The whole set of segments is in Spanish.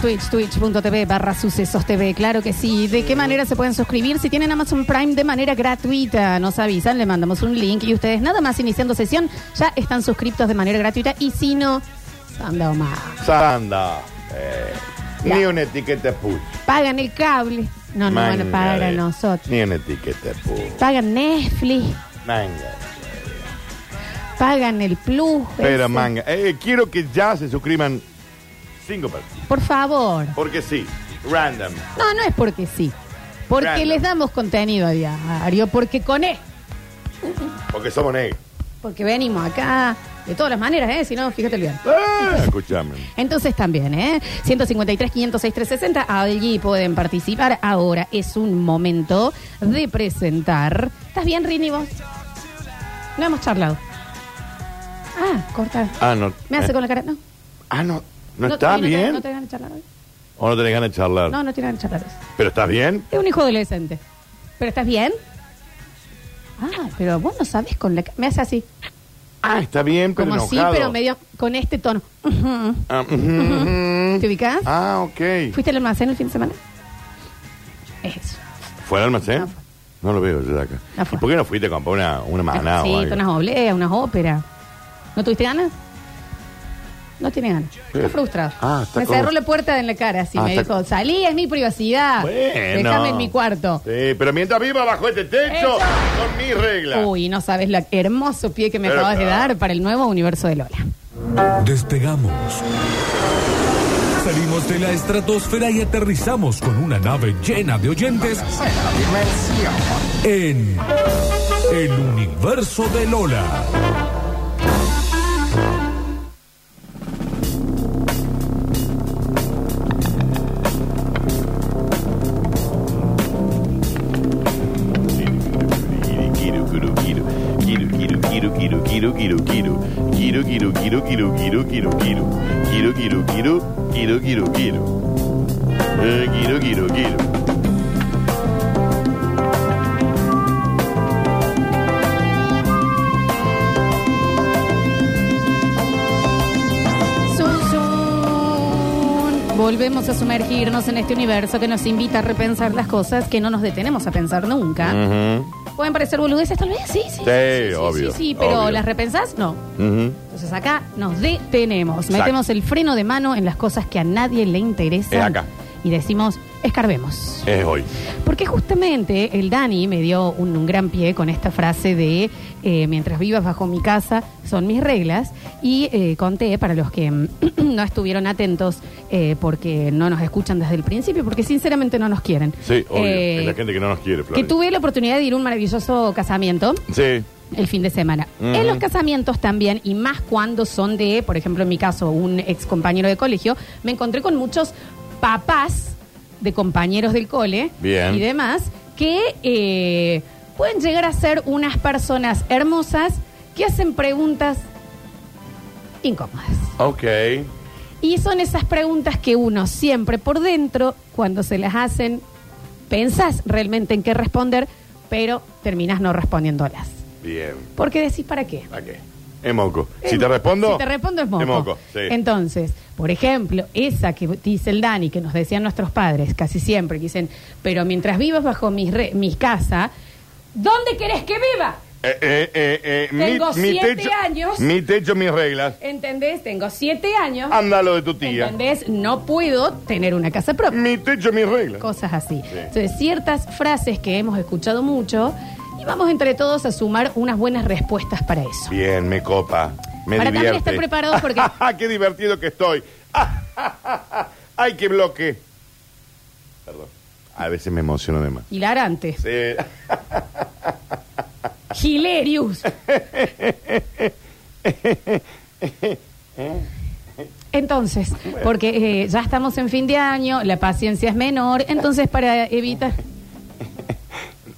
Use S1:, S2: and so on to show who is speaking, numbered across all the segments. S1: Twitch, twitch.tv barra sucesos TV, claro que sí. ¿De qué manera se pueden suscribir? Si tienen Amazon Prime de manera gratuita, nos avisan, le mandamos un link y ustedes nada más iniciando sesión ya están suscriptos de manera gratuita y si no, anda o más.
S2: Sanda. eh,
S1: Ya.
S2: Ni una etiqueta push.
S1: Pagan el cable. No, no van a
S2: Manga
S1: pagar a
S2: de-
S1: nosotros.
S2: Ni una etiqueta push.
S1: Pagan Netflix,
S2: Manga.
S1: Pues pagan el Plus.
S2: Pero
S1: ese.
S2: manga. Eh, quiero que ya se suscriban cinco personas.
S1: Por favor.
S2: Porque sí. Random.
S1: No, no es porque sí. Porque
S2: Random.
S1: les damos contenido a diario, porque con él,
S2: Porque somos negros.
S1: porque venimos acá de todas las maneras, ¿eh? Si no, fíjate bien.
S2: Ah, escúchame.
S1: Entonces también, ¿eh? 153, 506, 360, allí pueden participar. Ahora es un momento de presentar. ¿Estás bien, Rini, vos? No hemos charlado. Ah, corta.
S2: Ah, no.
S1: Me hace
S2: eh.
S1: con la cara. No.
S2: Ah, no. ¿No, está
S1: no te-
S2: bien?
S1: No te ganas de charlar hoy.
S2: ¿O no tenés ganas de charlar?
S1: No, no te ganas de charlar hoy.
S2: ¿Pero estás bien?
S1: Es un hijo adolescente. ¿Pero estás bien? Ah, pero vos no sabés con la... ca- Me hace así.
S2: Ah, está bien, pero
S1: Como sí,
S2: enojado.
S1: pero medio con este tono. Ujú.
S2: Ah, ujú, ujú.
S1: ¿Te ubicás?
S2: Ah, ok.
S1: ¿Fuiste al almacén el fin de semana? Eso.
S2: ¿Fue al almacén?
S1: No
S2: No,
S1: fue.
S2: lo veo yo de acá.
S1: No fue.
S2: ¿Y por qué no fuiste a comprar una, una maná
S1: Ah, Este, sí,
S2: o algo?
S1: unas obleas, unas óperas. ¿No tuviste ganas? No tiene ganas. Está frustrado.
S2: Ah, está
S1: me
S2: como-
S1: cerró la puerta en la cara así.
S2: Ah,
S1: me
S2: está-
S1: dijo, salí, es mi privacidad.
S2: Bueno.
S1: Ah, Déjame en mi cuarto.
S2: Sí, pero mientras viva bajo este techo,
S1: Eso.
S2: son mis reglas.
S1: Uy, no sabes lo hermoso pie que me
S2: Pero
S1: acabas de
S2: claro.
S1: dar para el nuevo universo de Lola.
S3: Despegamos. Salimos de la estratosfera y aterrizamos con una nave llena de oyentes en el universo de Lola.
S2: Kiru, kiru, kiru, kiru, kiru, kiru, kiru, kiru, kiru, kiru. Kiru, kiru, kiru, kiru, kiru, kiru, kiru. Kiru, kiru, kiru, kiru, kiru, kiru. Eh, kiru, kiru, kiru.
S1: Sun, sun. Volvemos a sumergirnos en este universo que nos invita a repensar las cosas que no nos detenemos a pensar nunca.
S2: Ujú,
S1: Pueden parecer boludeces tal vez, sí, sí.
S2: Mm. Sí, obvio,
S1: sí, sí, pero
S2: obvio.
S1: las repensás, no.
S2: ujú.
S1: Entonces acá nos detenemos,
S2: Exacto.
S1: metemos el freno de mano en las cosas que a nadie le interesan.
S2: Es acá.
S1: Y decimos, escarbemos.
S2: Es hoy.
S1: Porque justamente el Dani me dio un, un gran pie con esta frase de eh, mientras vivas bajo mi casa son mis reglas y eh, conté para los que mm, no estuvieron atentos eh, porque no nos escuchan desde el principio porque sinceramente no nos quieren.
S2: Sí, obvio.
S1: Eh,
S2: es la gente que no nos quiere,
S1: que
S2: Florencia.
S1: tuve la oportunidad de ir a un maravilloso casamiento
S2: Sí.
S1: el fin de semana.
S2: Ujú.
S1: En los casamientos también, y más cuando son de, por ejemplo, en mi caso, un ex compañero de colegio, me encontré con muchos papás de compañeros del cole
S2: Bien.
S1: y demás que eh, pueden llegar a ser unas personas hermosas que hacen preguntas incómodas.
S2: Ok.
S1: Y son esas preguntas que uno siempre por dentro, cuando se las hacen, pensás realmente en qué responder, pero terminás no respondiéndolas.
S2: Bien.
S1: Porque decís, ¿para qué?
S2: ¿A qué? Es moco.
S1: Eh,
S2: Si te respondo.
S1: Si te respondo es moco.
S2: Es moco, sí.
S1: Entonces, por ejemplo, esa que dice el Dani, que nos decían nuestros padres casi siempre, que dicen, pero mientras vivas bajo mi, re- mi casa, ¿dónde querés que viva?
S2: Eh, eh, eh, eh,
S1: Tengo siete
S2: techo,
S1: años.
S2: Mi techo, mis reglas.
S1: ¿Entendés? Tengo siete años.
S2: Ándalo de tu Ah, tía. Mm.
S1: ¿Entendés? No puedo tener una casa propia.
S2: Mi techo, mis reglas.
S1: cosas así. Entonces, ciertas frases que hemos escuchado mucho y vamos entre todos a sumar unas buenas respuestas para eso.
S2: Bien, me copa. Me
S1: Para también
S2: divierte. Ah,
S1: estar preparados porque-
S2: ¡Qué divertido que estoy! ¡Ay, qué bloque! Perdón. A veces me emociono de más.
S1: Hilarante.
S2: Sí.
S1: Hilarious. Entonces, porque eh, ya estamos en fin de año, la paciencia es menor, entonces para evitar...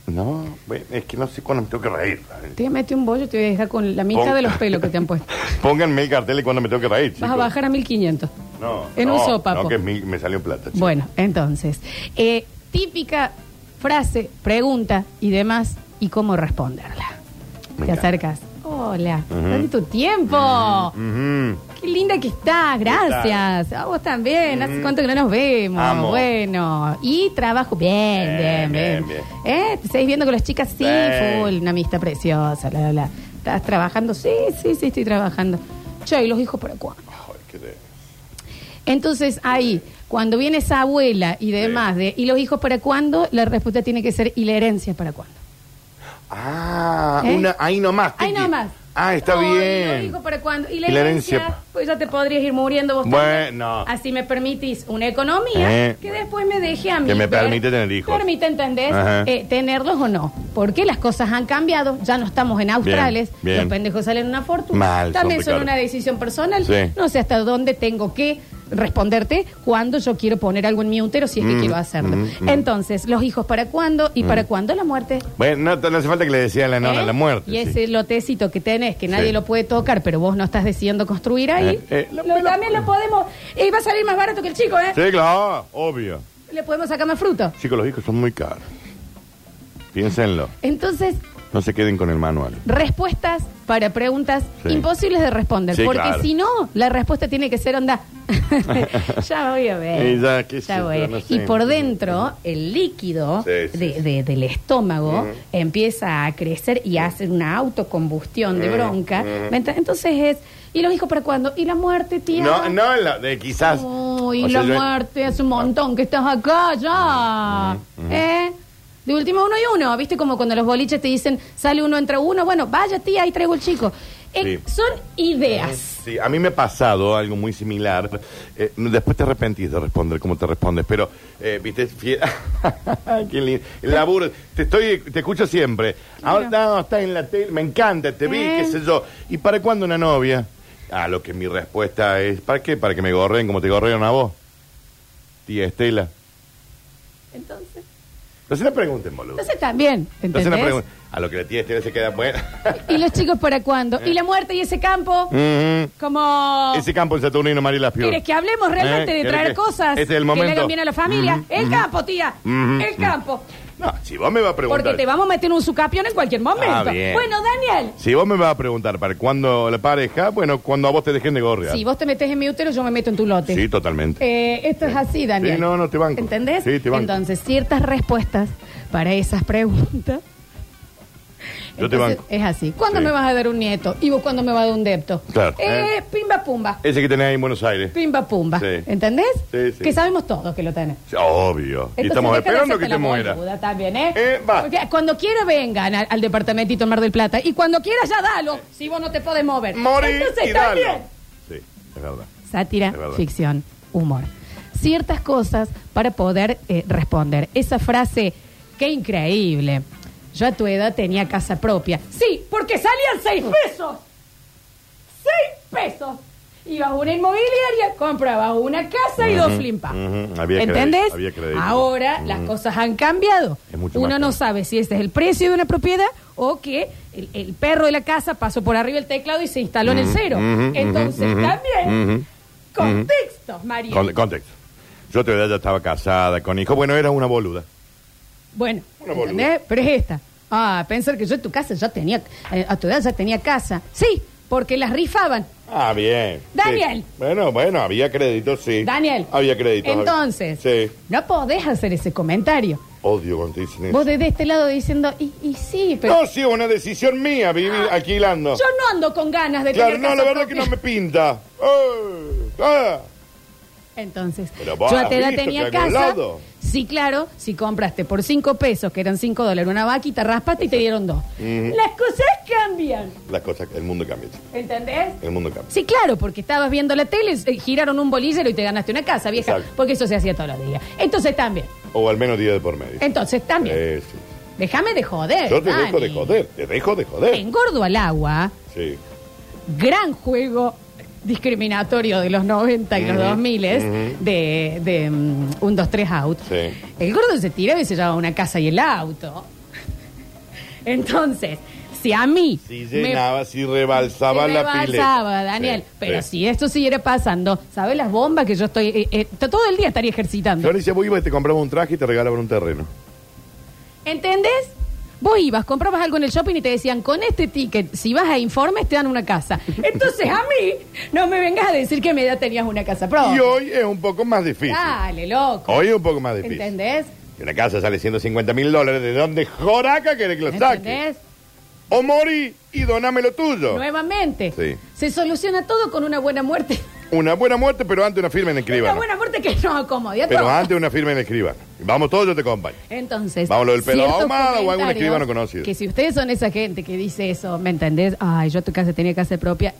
S2: No, bueno, es que no sé cuándo me tengo que reír.
S1: Te metí un bollo, te voy a dejar con la mitad de los pelos que te han puesto.
S2: Pónganme el cartel de cuándo me tengo que reír.
S1: Vas a
S2: chicos.
S1: bajar a 1500.
S2: No.
S1: En
S2: no,
S1: un sopapo.
S2: No, que es mi- me salió en plata. chicos.
S1: Bueno, entonces, eh, típica frase, pregunta y demás, y cómo responderla.
S2: Me
S1: Te
S2: encanta.
S1: acercas. Hola, Hola, date tu tiempo.
S2: Ujú.
S1: Qué linda que estás, gracias. A vos también, hace cuánto que no nos vemos.
S2: Mm. Amo.
S1: Bueno, y trabajo bien, bien,
S2: Bien,
S1: bien.
S2: bien, bien.
S1: ¿Eh? ¿Te seguís viendo con las chicas? Sí,
S2: Sí.
S1: full, una amistad preciosa, bla, bla, bla. ¿Estás trabajando? Sí, sí, sí, estoy trabajando. Che, ¿y los hijos para cuándo?
S2: Ay, qué de-
S1: Entonces ahí, cuando viene esa abuela y demás,
S2: Sí.
S1: de, ¿y los hijos para cuándo? La respuesta tiene que ser, ¿y la herencia para cuándo?
S2: Ah,
S1: ¿Eh?
S2: una, ahí nomás.
S1: Ahí
S2: Titi.
S1: nomás.
S2: Ah, está
S1: Ay,
S2: bien.
S1: no, hijo, ¿para cuándo? ¿Y la
S2: Y la
S1: herencia?
S2: herencia?
S1: Pues ya te podrías ir muriendo vos también.
S2: Bueno.
S1: Así me permitís una economía
S2: Eh.
S1: que después me deje a mí.
S2: Que me
S1: ver-
S2: permite tener hijos.
S1: Permite, ¿entendés?
S2: Ajá.
S1: Eh, tenerlos o no. Porque las cosas han cambiado. Ya no estamos en Australes.
S2: bien.
S1: Los pendejos salen una fortuna.
S2: Mal,
S1: También
S2: son
S1: son
S2: caros.
S1: una decisión personal.
S2: Sí.
S1: No sé hasta dónde tengo que responderte cuando yo quiero poner algo en mi útero si es que
S2: Mm,
S1: quiero hacerlo.
S2: mm, mm.
S1: Entonces, ¿los hijos para cuándo? ¿Y para cuándo la muerte?
S2: Bueno, no, no hace falta que le decía a la nona
S1: ¿Eh?
S2: la muerte.
S1: Y
S2: sí.
S1: ese lotecito que tenés, que nadie
S2: Sí.
S1: lo puede tocar, pero vos no estás decidiendo construir ahí,
S2: Eh, eh, lo-
S1: lo-
S2: lo-
S1: también lo podemos. Y va a salir más barato que el chico, ¿eh?
S2: Sí, claro, obvio.
S1: Le podemos sacar más fruto.
S2: Chicos, los hijos son muy caros. Piénsenlo.
S1: Entonces,
S2: No se queden con el manual.
S1: respuestas para preguntas
S2: Sí.
S1: imposibles de responder.
S2: Sí,
S1: porque
S2: claro.
S1: si no, la respuesta tiene que ser onda. ya voy a ver.
S2: Y ya, qué sé
S1: Ya voy a-
S2: yo, no sé.
S1: Y por dentro, el líquido
S2: Sí, sí,
S1: de- de- del estómago empieza a crecer y hace una autocombustión de
S2: Mm,
S1: bronca.
S2: mm.
S1: ¿Me ent- Entonces es, ¿y los hijos para cuándo? ¿Y la muerte, tía?
S2: No, no, la- de quizás.
S1: Uy,
S2: O sea,
S1: la
S2: yo-
S1: muerte, hace un montón que estás acá, ya.
S2: Mm,
S1: ¿Eh? De último uno y uno, ¿viste? Como cuando los boliches te dicen, sale uno, entra uno, bueno, vaya tía, ahí traigo el chico. Eh,
S2: Sí.
S1: Son ideas.
S2: Ah, Sí, a mí me ha pasado algo muy similar. Eh, después te arrepentís de responder como te respondes, pero, eh, viste, fie- Qué lindo. El laburo, te, estoy, te escucho siempre. Ahora no, estás en la tele, me encanta, te vi,
S1: Eh.
S2: qué sé yo. ¿Y para cuándo una novia? A lo que mi respuesta es, ¿para qué? Para que me gorreen como te gorrearon a vos. Tía Estela. Mm.
S1: Entonces,
S2: No se la pregunten, boludo.
S1: entonces también,
S2: No se la
S1: ¿entendés?
S2: pregunten. A lo que la tía Estela se queda buena.
S1: ¿Y los chicos para cuándo? ¿Y la muerte y ese campo? Mm-hmm.
S2: Mm,
S1: Como...
S2: Ese campo en Saturnino, María Las Pior.
S1: ¿Quieres Oh. que hablemos realmente
S2: Eh,
S1: de
S2: ¿querés
S1: traer
S2: que-
S1: cosas
S2: Este es el
S1: que le hagan
S2: momento. Mm-hmm,
S1: bien a la familia?
S2: Ujú,
S1: el
S2: ujú.
S1: campo, tía.
S2: Ujú,
S1: el
S2: ujú.
S1: campo.
S2: No, si vos me vas a mm-hmm. preguntar.
S1: Porque te vamos a meter un sucapión en cualquier momento.
S2: Ah, bien.
S1: Bueno, Daniel,
S2: Si vos me vas a preguntar para cuándo la pareja, bueno, cuando a vos te dejen de gorrear.
S1: Si vos te metes en mi útero, yo me meto en tu lote.
S2: Sí, totalmente.
S1: Eh, esto es así, Daniel.
S2: Sí, no, no, te banco.
S1: ¿Entendés?
S2: Sí, te banco.
S1: Entonces, ciertas respuestas para esas preguntas.
S2: Yo te
S1: Entonces,
S2: banco.
S1: Es así. ¿Cuándo
S2: Sí.
S1: me vas a dar un nieto? ¿Y vos cuándo me vas a dar un depto?
S2: Claro.
S1: Eh,
S2: Eh.
S1: Pimba pumba.
S2: Ese que tenés ahí en Buenos Aires.
S1: Pimba pumba.
S2: Sí.
S1: ¿Entendés?
S2: Sí, sí.
S1: Que sabemos todos que lo tenés.
S2: Obvio. y
S1: Entonces,
S2: estamos
S1: deja de
S2: esperando
S1: hacerte
S2: que te
S1: la
S2: muera.
S1: boluda También, ¿eh?
S2: Eh, va.
S1: Porque cuando quiera vengan al, al departamentito en Mar del Plata. Y cuando quiera ya dalo. Si vos no te podés mover.
S2: Morí
S1: Entonces,
S2: y dalo.
S1: también.
S2: Sí, es verdad.
S1: Sátira,
S2: Es verdad.
S1: ficción, humor. Ciertas cosas para poder eh, responder. Esa frase, qué increíble. Yo a tu edad tenía casa propia. Sí, porque salían seis
S2: Oh.
S1: pesos. ¡Seis pesos! Ibas a una inmobiliaria, comprabas una casa y dos flimpas.
S2: ujú, había crédito,
S1: ¿Entendés?
S2: había crédito.
S1: Ahora las cosas han cambiado.
S2: Es mucho
S1: Uno
S2: más
S1: no
S2: caro.
S1: sabe si ese es el precio de una propiedad o que el, el perro de la casa pasó por arriba el teclado y se instaló en el cero.
S2: ujú,
S1: Entonces
S2: ujú,
S1: también
S2: ujú.
S1: Contextos, María.
S2: Con- contexto. Yo a tu edad ya estaba casada, con hijos. Bueno, era una boluda.
S1: bueno,
S2: Una boluda.
S1: ¿entendés? Pero es esta. Ah, pensar que yo en tu casa ya tenía, eh, a tu edad ya tenía casa. Sí, porque las rifaban.
S2: Ah, bien.
S1: Daniel.
S2: Sí. Bueno, bueno, había crédito, sí.
S1: Daniel.
S2: Había crédito.
S1: Entonces,
S2: Sí.
S1: no podés hacer ese comentario.
S2: Odio cuando te dicen eso.
S1: Vos desde este lado diciendo, y, y sí, pero
S2: No, sí, es una decisión mía vivir alquilando.
S1: Ah, yo no ando con ganas de
S2: Claro,
S1: tener
S2: no,
S1: casa
S2: la verdad que
S1: propia".
S2: no me pinta. Eh, ah.
S1: Entonces,
S2: Pero vos
S1: yo a
S2: has
S1: tu edad
S2: visto
S1: tenía
S2: que algún
S1: casa.
S2: lado.
S1: Sí, claro, si compraste por 5 pesos, que eran 5 dólares, una vaquita, raspaste y te dieron dos. Las cosas cambian,
S2: Las cosas, el mundo cambia, chicos.
S1: ¿entendés?
S2: El mundo cambia.
S1: Sí, claro, porque estabas viendo la tele, eh, giraron un bolillero y te ganaste una casa, vieja,
S2: Exacto.
S1: porque eso se hacía todos los días. Entonces también,
S2: O al menos día de por medio.
S1: entonces también.
S2: Eh, sí.
S1: Déjame de joder.
S2: Yo te
S1: Dani.
S2: dejo de joder, te dejo de joder.
S1: Engordo al agua,
S2: Sí.
S1: gran juego discriminatorio de los 90 y los 2000 de, de mm, un 2, 3 out.
S2: Sí.
S1: El gordo se tiraba y se llevaba una casa y el auto. Entonces, si a mí
S2: Si
S1: me-
S2: llenaba, si
S1: me
S2: rebalsaba la pileta.
S1: balsaba, Daniel,
S2: Sí,
S1: pero
S2: sí.
S1: si esto siguiera pasando, ¿sabes las bombas que yo estoy... eh, eh, to- todo el día estaría ejercitando.
S2: Florencia, vos ibas y te comprabas un traje y te regalaban un terreno.
S1: ¿Entendés? Vos ibas, comprabas algo en el shopping y te decían, con este ticket, si vas a informes, te dan una casa. Entonces a mí no me vengas a decir que a mi edad tenías una casa propia.
S2: Y hoy es un poco más difícil.
S1: Dale, loco.
S2: Hoy es un poco más difícil.
S1: ¿Entendés?
S2: Que una casa sale 150 mil dólares, ¿de dónde joraca querés que lo saque?
S1: ¿Entendés?
S2: O morí y doname lo tuyo.
S1: Nuevamente.
S2: Sí.
S1: Se soluciona todo con una buena muerte.
S2: Una buena muerte, pero antes una firma en el
S1: Una
S2: escribano.
S1: buena muerte que nos acomode a
S2: Pero
S1: todos.
S2: antes una firma en el escribano. Vamos todos, yo te acompaño.
S1: Entonces,
S2: Vamos, lo del pelo
S1: ciertos
S2: ahumado o algún
S1: comentarios
S2: escribano conocido.
S1: Que si ustedes son esa gente que dice eso, ¿me entendés? Ay, yo tu casa tenía casa propia.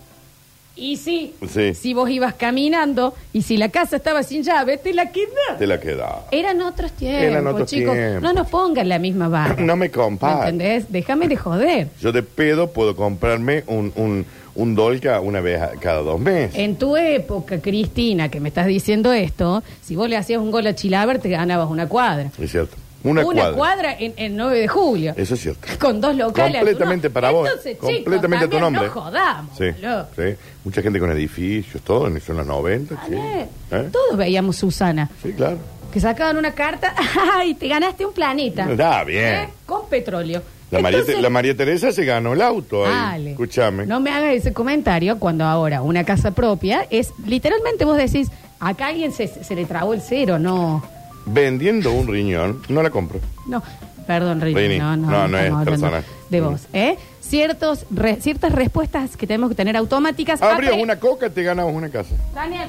S1: Y sí,
S2: Sí.
S1: si vos ibas caminando y si la casa estaba sin llave, te la quedas.
S2: Te la queda.
S1: Eran otros tiempos,
S2: Eran otros
S1: chicos.
S2: tiempos.
S1: No nos pongan la misma barra.
S2: No me
S1: ¿Me
S2: compares.
S1: Ah. entendés? Déjame de joder.
S2: Yo de pedo puedo comprarme un, un, un Dolca una vez a- cada dos meses.
S1: En tu época, Cristina, que me estás diciendo esto, si vos le hacías un gol a Chilaver, te ganabas una cuadra.
S2: Es cierto. Una, cuadra. Eh,
S1: en el 9 de julio.
S2: Eso es cierto.
S1: Con dos locales.
S2: Completamente
S1: a tu nom-
S2: para vos.
S1: Entonces,
S2: Completamente a tu
S1: chicos, también
S2: nombre.
S1: No jodamos.
S2: Sí,
S1: boludo.
S2: sí. Mucha gente con edificios, todo, en son los 90. sí.
S1: Vale.
S2: ¿Eh?
S1: Todos veíamos Susana.
S2: Sí, claro.
S1: Que sacaban una carta. ¡Ay! Te ganaste un planeta.
S2: Está bien.
S1: ¿Eh? Con petróleo.
S2: La, María, Te-
S1: Entonces-
S2: la María Teresa se ganó el auto ahí.
S1: Dale.
S2: Escúchame.
S1: No me hagas ese comentario cuando ahora una casa propia es literalmente vos decís, acá alguien se, se le trabó el cero, no.
S2: Vendiendo un riñón, no la compro.
S1: No, perdón, Rini.
S2: Rini,
S1: No, no,
S2: no, no
S1: estamos
S2: es
S1: hablando
S2: personal.
S1: De
S2: Mm.
S1: vos, ¿eh? Ciertos re- ciertas respuestas que tenemos que tener automáticas.
S2: Abrías
S1: Apre-
S2: una coca, te ganabas una casa.
S1: Daniel,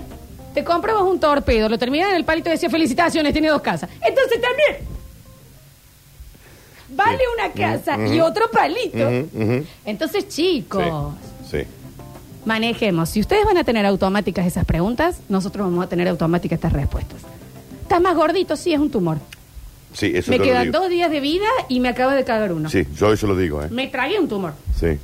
S1: te comprabas un torpedo, lo terminaba en el palito y decía, felicitaciones, tiene dos casas. Entonces también. Vale
S2: Sí.
S1: una casa
S2: Mm,
S1: y
S2: ujú.
S1: otro palito.
S2: Ujú, ujú.
S1: Entonces, chicos,
S2: Sí. sí.
S1: manejemos. Si ustedes van a tener automáticas esas preguntas, nosotros vamos a tener automáticas estas respuestas. ¿Estás más gordito? Sí, es un tumor.
S2: Sí, eso
S1: me
S2: yo lo
S1: quedan
S2: digo.
S1: dos días de vida y me acaba de cagar uno.
S2: Sí, yo eso lo digo, ¿eh?
S1: Me tragué un tumor.
S2: Sí.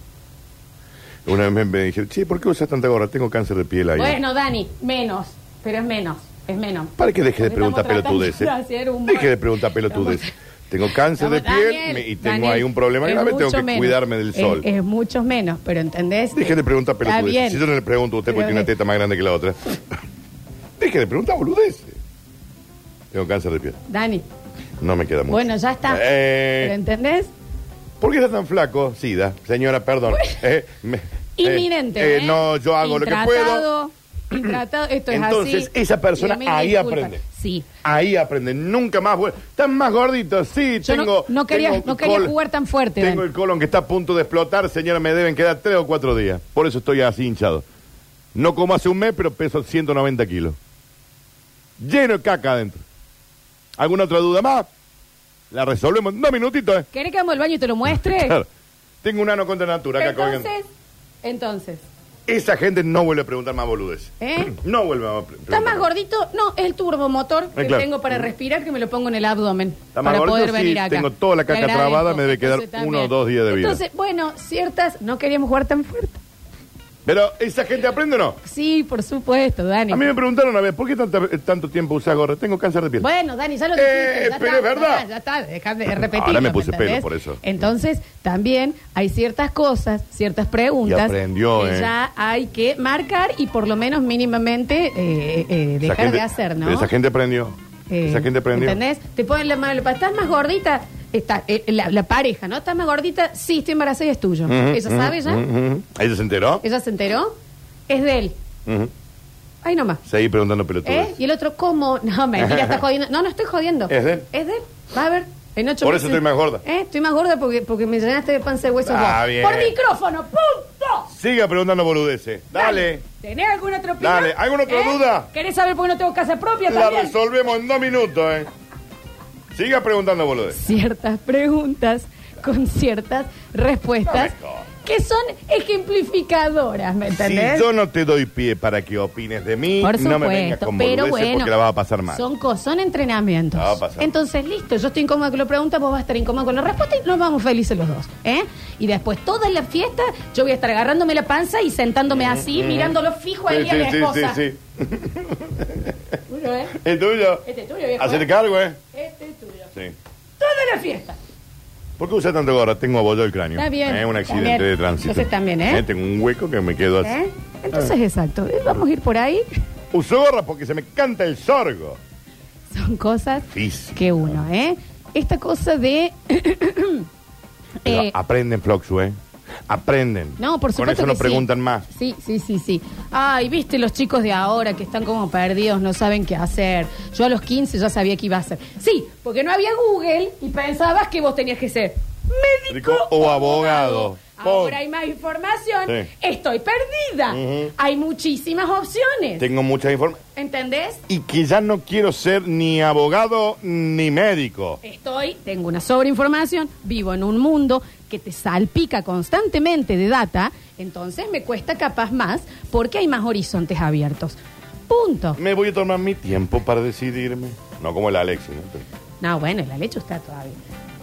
S2: Una vez me, me dijeron, sí, ¿por qué usas tanta gorra? Tengo cáncer de piel ahí.
S1: Bueno, Dani, menos, pero es menos, es menos.
S2: Para que deje de
S1: Porque
S2: preguntar
S1: estamos tratando
S2: pelotudeces.
S1: de hacer humor.
S2: Deje de preguntar pelotudeces.
S1: Estamos-
S2: Tengo cáncer de
S1: estamos-
S2: piel
S1: Daniel,
S2: me- y tengo
S1: Daniel,
S2: ahí un problema
S1: es
S2: grave, tengo
S1: mucho
S2: que
S1: menos.
S2: cuidarme del
S1: Es-
S2: sol.
S1: Es, mucho menos, pero ¿entendés?
S2: Deje de preguntar
S1: Está bien.
S2: pelotudeces. Si yo no le pregunto a usted porque
S1: Pero
S2: tiene una
S1: de-
S2: teta más grande que la otra. Deje de preguntar boludeces. Tengo cáncer de piel.
S1: Dani,
S2: No me queda mucho.
S1: bueno, ya está.
S2: Eh,
S1: ¿Pero entendés?
S2: ¿Por qué está tan flaco? Sida, señora, perdón. Eh, me-
S1: Inminente.
S2: eh, eh,
S1: ¿eh?
S2: no, yo hago lo que
S1: Intratado,
S2: puedo.
S1: Intratado, esto es
S2: Entonces,
S1: así.
S2: esa persona
S1: Y mil
S2: ahí
S1: disculpas.
S2: aprende.
S1: Sí.
S2: Ahí aprenden, nunca más vuel- Están más gorditos, sí,
S1: Yo no-
S2: tengo.
S1: no quería-
S2: tengo
S1: no quería
S2: col-
S1: jugar tan fuerte,
S2: Tengo
S1: Dani.
S2: el colon que está a punto de explotar, señora, me deben quedar tres o cuatro días. Por eso estoy así hinchado. No como hace un mes, pero peso 190 kilos. Lleno de caca adentro. ¿Alguna otra duda más? La resolvemos en dos minutitos, ¿eh?
S1: ¿Querés que vamos al baño y te lo muestre?
S2: Claro. Tengo un ano contra natura acá colgando.
S1: entonces, entonces,
S2: Esa gente no vuelve a preguntar más boludes.
S1: ¿eh?
S2: No vuelve a pre- preguntar.
S1: ¿Estás más gordito? No, es el turbomotor que
S2: Eh, claro.
S1: tengo para respirar que me lo pongo en el abdomen.
S2: ¿Está más
S1: para
S2: gordito?
S1: poder
S2: Sí,
S1: venir acá.
S2: tengo toda la caca
S1: Te agradezco.
S2: trabada, me debe quedar
S1: Entonces,
S2: uno o
S1: también.
S2: dos días de vida.
S1: Entonces, bueno, ciertas, no queríamos jugar tan fuerte.
S2: Pero, ¿esa gente aprende o no?
S1: Sí, por supuesto, Dani.
S2: A mí me preguntaron una vez, ¿por qué tanta- eh, tanto tiempo usas gorra? Tengo cáncer de piel.
S1: Bueno, Dani, ya lo
S2: Eh,
S1: dijiste. ya está,
S2: pero es verdad.
S1: Ya está, ya está, dejá de repetirlo.
S2: Ahora me puse
S1: entendés?
S2: pelo por eso.
S1: Entonces, también hay ciertas cosas, ciertas preguntas.
S2: Y aprendió,
S1: que
S2: eh.
S1: ya hay que marcar y por lo menos mínimamente eh, eh,
S2: Esa
S1: dejar
S2: gente-
S1: de hacer, ¿no?
S2: pero Esa gente aprendió.
S1: Eh,
S2: esa gente aprendió.
S1: ¿Entendés? Te ponen la mano, en el pa- ¿estás más gordita? Está, eh, la, la pareja, ¿no? ¿Estás más gordita? Sí, estoy embarazada y es tuyo.
S2: Ujú,
S1: ¿Ella
S2: ujú,
S1: sabe ya?
S2: ujú. ¿Ella se enteró?
S1: ¿Ella se enteró? Es de él.
S2: Ujú.
S1: Ahí nomás.
S2: Seguí preguntando pelotudes.
S1: ¿Eh? Y el otro, ¿cómo? No, mentira, estás jodiendo. No, no estoy jodiendo.
S2: Es de él.
S1: Es de él. Va a ver. En ocho
S2: Por eso estoy más gorda.
S1: ¿Eh? Estoy más gorda porque, porque me llenaste de panza de huesos.
S2: Ah,
S1: vos.
S2: bien.
S1: Por micrófono, punto.
S2: Siga preguntando boludeces. Dale.
S1: ¿Tenés alguna otra opinión? ¿Eh?
S2: Dale, ¿alguna otra duda?
S1: ¿Querés saber por qué no tengo casa propia
S2: La
S1: también?
S2: resolvemos en dos minutos, ¿eh? Siga preguntando boludeces.
S1: ciertas preguntas con ciertas respuestas
S2: No me jodas.
S1: que son ejemplificadoras, ¿me entendés?
S2: Si yo no te doy pie para que opines de mí,
S1: Por
S2: no
S1: supuesto,
S2: me vengas con
S1: pero
S2: boludeces
S1: bueno,
S2: porque la vas a pasar mal.
S1: Son cosas, son entrenamientos.
S2: La va a pasar mal.
S1: Entonces, listo, yo estoy incómoda con la pregunta, vos vas a estar incómoda con la respuesta y nos vamos felices los dos, ¿eh? Y después toda la fiesta yo voy a estar agarrándome la panza y sentándome así, mirándolo fijo ahí
S2: Sí,
S1: a
S2: sí,
S1: la
S2: sí,
S1: esposa.
S2: sí, sí.
S1: Bueno, ¿eh?
S2: ¿El tuyo?
S1: Este es tuyo, viejo,
S2: Hacete
S1: ¿eh?
S2: cargo, ¿eh?
S1: Este es tuyo.
S2: Sí.
S1: Toda la fiesta. ¿eh?
S2: ¿Por qué usas tanto gorra? Tengo abollado el cráneo.
S1: Está bien.
S2: Eh, un accidente
S1: Está bien.
S2: de tránsito.
S1: Entonces también, ¿eh?
S2: Tengo un hueco que me quedo así.
S1: ¿eh? Entonces, exacto, eh, vamos a ir por ahí.
S2: Uso gorra porque se me canta el sorgo.
S1: Son cosas
S2: Físico.
S1: que uno, ¿eh? Esta cosa de
S2: Pero
S1: Eh,
S2: aprenden, Floxu, ¿eh? Aprenden.
S1: No, por
S2: Con
S1: supuesto
S2: eso
S1: que
S2: no
S1: sí.
S2: preguntan más.
S1: Sí, sí, sí, sí. Ay, viste los chicos de ahora que están como perdidos, no saben qué hacer. Yo a los 15 ya sabía qué iba a hacer. Sí, porque no había Google y pensabas que vos tenías que ser médico
S2: Rico o abogado. Pum.
S1: Ahora hay más información.
S2: Sí.
S1: Estoy perdida.
S2: Ujú.
S1: Hay muchísimas opciones.
S2: Tengo mucha información.
S1: ¿Entendés?
S2: Y que ya no quiero ser ni abogado ni médico.
S1: Estoy, tengo una sobreinformación, vivo en un mundo que te salpica constantemente de data, entonces me cuesta capaz más porque hay más horizontes abiertos. Punto.
S2: Me voy a tomar mi tiempo para decidirme. No como el Alexis, ¿no? Pero-
S1: No, bueno, la leche está todavía.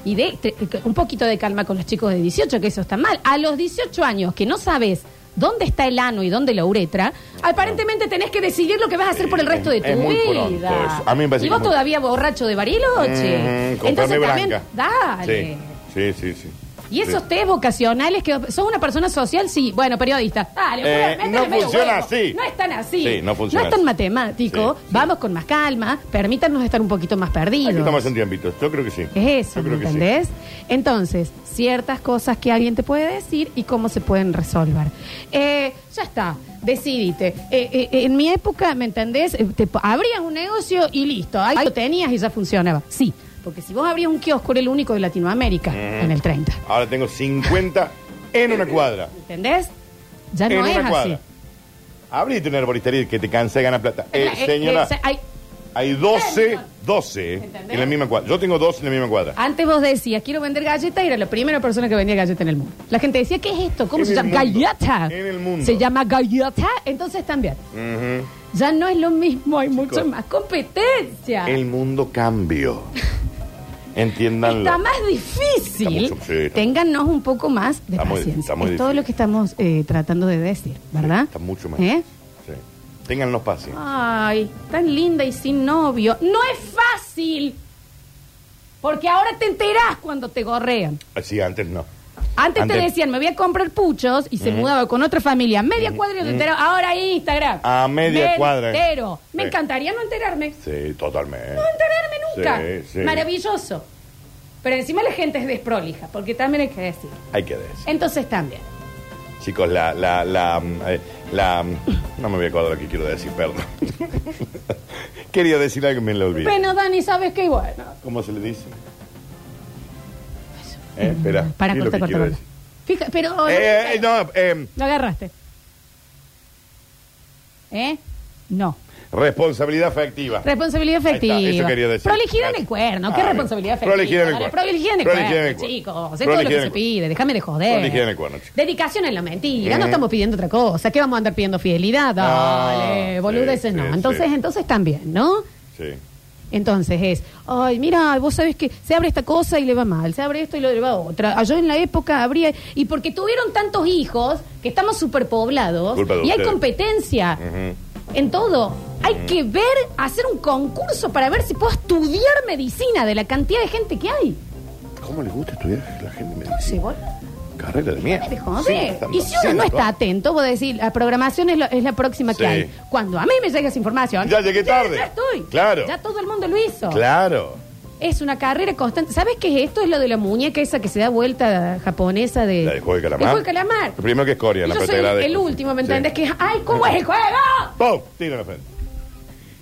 S1: Y de, te- eh, un poquito de calma con los chicos de 18, que eso está mal. A los 18 años que no sabes dónde está el ano y dónde la uretra, aparentemente tenés que decidir lo que vas a hacer por el
S2: Sí,
S1: resto de tu
S2: es muy
S1: vida.
S2: pronto eso. A mí me parece
S1: y
S2: que
S1: vos
S2: es muy-
S1: todavía borracho de Bariloche.
S2: Mm, comprame blanca.
S1: dale.
S2: Sí, sí, sí. sí.
S1: Y esos
S2: Sí.
S1: test vocacionales que sos una persona social, sí, bueno, periodista. Dale,
S2: Eh,
S1: bueno, métele
S2: no
S1: medio
S2: funciona
S1: huevo.
S2: así.
S1: No es tan así.
S2: Sí, no funciona
S1: No es tan
S2: así.
S1: matemático.
S2: Sí, sí.
S1: Vamos con más calma. Permítanos estar un poquito más perdidos.
S2: Aquí estamos en tiempitos. Yo creo que sí.
S1: Es eso,
S2: Yo creo
S1: ¿me
S2: que sí.
S1: entendés? Entonces, ciertas cosas que alguien te puede decir y cómo se pueden resolver. Eh, ya está, decidite. Eh, eh, en mi época, ¿me entendés? Eh, Te po- abrías un negocio y listo, ahí lo tenías y ya funcionaba. Sí, porque si vos abrías un kiosco, era el único de
S2: Mm.
S1: Latinoamérica en el 30.
S2: Ahora tengo 50 en una cuadra.
S1: ¿Entendés? Ya
S2: en
S1: no
S2: una
S1: es así.
S2: cuadra. Abrite una arboristería que te cansa de ganar plata. Eh,
S1: Eh, eh,
S2: señora,
S1: eh, se- ay,
S2: hay 12,
S1: Señor.
S2: 12
S1: ¿Entendés?
S2: en la misma cuadra. Yo tengo 12 en la misma cuadra.
S1: antes vos decías, quiero vender galletas, y era la primera persona que vendía galletas en el mundo. La gente decía, ¿qué es esto? ¿Cómo
S2: En
S1: se
S2: el
S1: llama?
S2: mundo.
S1: Galleta.
S2: En el mundo.
S1: Se llama galleta, entonces también.
S2: Ujú.
S1: Ya no es lo mismo, hay mucha más competencia.
S2: El mundo cambió. Entiéndanlo.
S1: Está más difícil.
S2: Está mucho- sí, está-
S1: Téngannos un poco más de
S2: Está muy-
S1: paciencia.
S2: está muy
S1: es todo
S2: difícil.
S1: lo que estamos eh, tratando de decir, ¿verdad?
S2: Está mucho más.
S1: ¿Eh?
S2: Sí. Téngannos paciencia.
S1: Ay, tan linda y sin novio. No es fácil. Porque ahora te enterás cuando te gorrean.
S2: Así Ah, antes no.
S1: Antes, te
S2: Antes-
S1: decían, me voy a comprar puchos y se mudaba con otra familia. Media cuadra y te enteraba. Ahora hay Instagram.
S2: A media
S1: Me
S2: cuadra.
S1: entero. Me
S2: Sí.
S1: encantaría no enterarme.
S2: Sí, totalmente.
S1: No enterarme nunca.
S2: Sí, sí.
S1: Maravilloso. Pero encima la gente es desprolija, porque también hay que decir.
S2: Hay que decir.
S1: Entonces también.
S2: Chicos, la, la, la, mm, eh, la, mm, no me voy a acordar lo que quiero decir, perdón. Quería decir algo y me lo olvidé.
S1: Bueno, Dani, ¿sabes qué? Bueno.
S2: ¿Cómo se le dice? Eh, espera.
S1: Mm, Para,
S2: ¿qué es lo
S1: corta,
S2: que
S1: corta,
S2: quiero
S1: corta.
S2: decir?
S1: Fija, pero...
S2: Eh, eh, no, eh,
S1: Lo agarraste. ¿Eh? No.
S2: responsabilidad afectiva.
S1: Responsabilidad
S2: Ahí está,
S1: efectiva.
S2: eso quería decir.
S1: Prolijidad en el
S2: Gracias.
S1: cuerno. ¿Qué
S2: Ah,
S1: responsabilidad
S2: bien.
S1: efectiva?
S2: Prolijidad en el
S1: Dale,
S2: cuerno.
S1: Prolijidad en el
S2: Prolijidad
S1: cuerno,
S2: en el cuerno.
S1: chicos. Es todo lo
S2: Prolijidad
S1: que
S2: en
S1: se
S2: el cuerno.
S1: pide. Déjame de joder.
S2: Prolijidad en el cuerno, chicos.
S1: Dedicación en la mentira. No
S2: Mm.
S1: estamos pidiendo otra cosa. ¿Qué vamos a andar pidiendo? Fidelidad. Dale,
S2: Ah,
S1: boludeces
S2: sí,
S1: no.
S2: sí,
S1: entonces,
S2: sí.
S1: entonces también, ¿no?
S2: Sí.
S1: Entonces es, ay, mira, vos sabés que se abre esta cosa y le va mal, se abre esto y le va otra. Ah, Yo en la época habría, y porque tuvieron tantos hijos, que estamos superpoblados,
S2: Culpa de
S1: y hay
S2: ustedes.
S1: competencia
S2: Ujú.
S1: en todo. Hay que ver, hacer un concurso para ver si puedo estudiar medicina de la cantidad de gente que hay.
S2: ¿Cómo les gusta estudiar a la gente?
S1: No sé,
S2: medicina?
S1: boludo.
S2: Carrera de
S1: Ay,
S2: mierda.
S1: joder.
S2: Sí, están
S1: Este y si uno no
S2: haciendo
S1: está
S2: cosas.
S1: atento, vos decís, la programación es, lo- es la próxima que
S2: Sí.
S1: hay. Cuando a mí me llega esa información,
S2: Ya llegué tarde.
S1: Ya estoy.
S2: Claro.
S1: Ya todo el mundo lo hizo.
S2: Claro.
S1: Es una carrera constante. ¿Sabes qué es esto? Es lo de la muñeca esa que se da vuelta japonesa de.
S2: La del juego de calamar.
S1: El juego de calamar.
S2: El primero que es Corea,
S1: Y
S2: la
S1: Yo soy el,
S2: cartera de-
S1: el último, ¿me
S2: Sí.
S1: entendés? Que es, ¡ay, cómo es el juego!
S2: ¡Pum! Tira en la frente.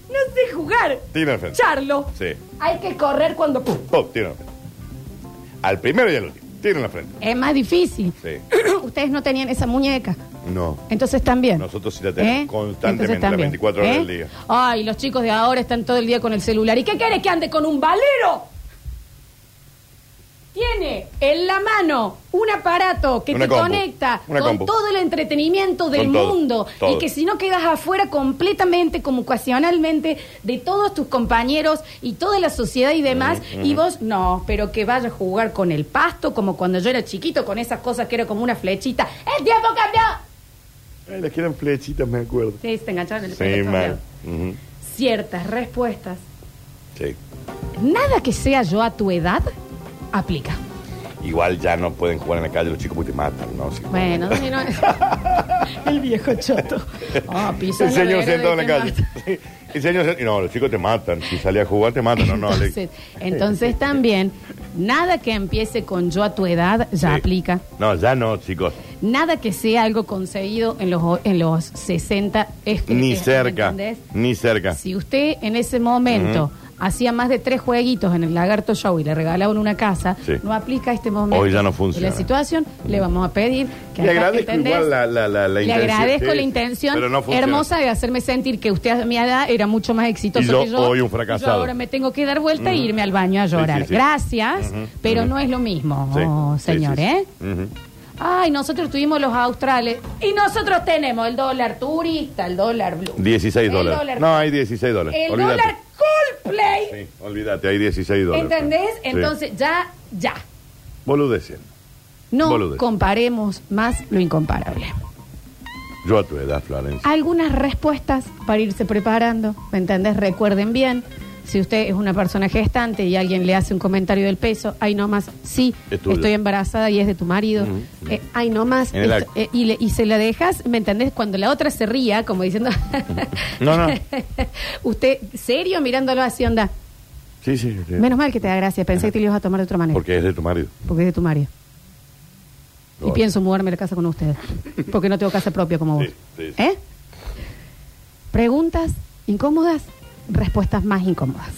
S1: No sé jugar.
S2: Tira en la frente.
S1: Charlo.
S2: Sí.
S1: Hay que correr cuando.
S2: ¡Pum! Tira en la frente. Al primero y al último. Tira en la frente.
S1: Es más difícil.
S2: Sí.
S1: Ustedes no tenían esa muñeca.
S2: No.
S1: Entonces también. ¿eh?
S2: Nosotros sí la tenemos constantemente,
S1: Entonces, también.
S2: las 24 horas
S1: ¿Eh?
S2: del día.
S1: Ay, los chicos de ahora están todo el día con el celular. ¿Y qué quiere que ande con un valero? Tiene en la mano un aparato que
S2: Una
S1: te
S2: compu,
S1: conecta
S2: una
S1: con
S2: compu.
S1: todo el entretenimiento del
S2: Con todo,
S1: mundo y
S2: todo.
S1: que si no quedas afuera completamente, como ocasionalmente, de todos tus compañeros y toda la sociedad y demás, y vos no, pero que vaya a jugar con el pasto, como cuando yo era chiquito, con esas cosas que era como una flechita. ¡El tiempo cambió!
S2: Ay, les Eh, quedan flechitas, me acuerdo.
S1: Sí, se engancharon en el
S2: Sí,
S1: pelo,
S2: mal.
S1: todo.
S2: Ujú.
S1: Ciertas respuestas.
S2: Sí.
S1: Nada que sea yo a tu edad aplica.
S2: Igual ya pues no pueden jugar en la calle los chicos porque te matan, ¿no? Sí.
S1: Bueno, Dani, no, El viejo choto. Ah, pisa la
S2: El
S1: este
S2: señor
S1: vereda
S2: sentado
S1: y
S2: en la
S1: te
S2: calle.
S1: mata.
S2: Sí. El señor sen- No, los chicos te matan. Si sale a jugar, te matan. No, no, Ale.
S1: Entonces, entonces también, nada que empiece con yo a tu edad ya
S2: Sí.
S1: aplica. Eh,
S2: No, ya no, chicos.
S1: Nada que sea algo conseguido en los, o- en los 60 es que-
S2: Ni
S1: es-
S2: cerca.
S1: eh, ¿entendés?
S2: Ni cerca.
S1: Si usted en ese momento hacía más de tres jueguitos en el Lagarto Show y le regalaban una casa,
S2: Sí.
S1: no aplica este momento.
S2: Hoy ya no funciona.
S1: Y la situación le vamos a pedir que
S2: Le
S1: haga-
S2: agradezco
S1: ¿entendés?
S2: igual la- la- la- la
S1: Le
S2: intención,
S1: agradezco
S2: sí,
S1: la intención
S2: pero no funciona.
S1: hermosa de hacerme sentir que usted a mi edad era mucho más exitoso
S2: Y yo
S1: que yo.
S2: hoy un
S1: Y
S2: fracasado.
S1: Yo ahora me tengo que dar vuelta e irme al baño a
S2: Sí,
S1: llorar.
S2: sí, sí.
S1: Gracias, pero no es lo mismo,
S2: Sí,
S1: oh,
S2: sí,
S1: señor,
S2: sí, sí.
S1: ¿eh?
S2: Ujú.
S1: Ay, nosotros tuvimos los australes. Y nosotros tenemos el dólar turista, el dólar blue.
S2: 16
S1: el
S2: dólares.
S1: dólar-
S2: no, hay 16 dólares.
S1: el
S2: Olvídate.
S1: dólar Coldplay.
S2: Sí, olvídate, hay 16 dólares.
S1: ¿Entendés?
S2: Sí.
S1: Entonces, ya, ya.
S2: Boludeces.
S1: No
S2: Boludeces.
S1: comparemos más lo incomparable.
S2: Yo a tu edad, Florencia.
S1: Algunas respuestas para irse preparando, ¿me entendés? Recuerden bien, si usted es una persona gestante y alguien le hace un comentario del peso, ahí nomás, sí,
S2: Es tuyo.
S1: estoy embarazada y es de tu marido, eh, ahí nomás,
S2: En el
S1: esto-
S2: acto.
S1: eh, y, le- y se la dejas, ¿me entendés? Cuando la otra se ría, como diciendo,
S2: No, no.
S1: usted serio mirándolo así, onda,
S2: Sí, sí. sí.
S1: menos mal que te da gracia, pensé que te lo ibas a tomar de otra manera,
S2: Porque es de tu marido.
S1: porque es de tu marido. Y
S2: Lo-
S1: pienso mudarme a la casa con ustedes. Porque no tengo casa propia como vos.
S2: Sí, sí, sí.
S1: ¿Eh? Preguntas incómodas, respuestas más incómodas.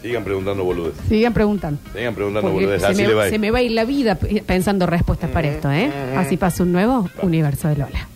S2: Sigan preguntando boludeces.
S1: Sigan preguntando.
S2: Sigan preguntando
S1: Porque
S2: boludeces.
S1: se,
S2: Así
S1: me,
S2: le va a ir.
S1: se me va a ir la vida p- pensando respuestas para esto, ¿eh? Así pasa un nuevo universo de Lola.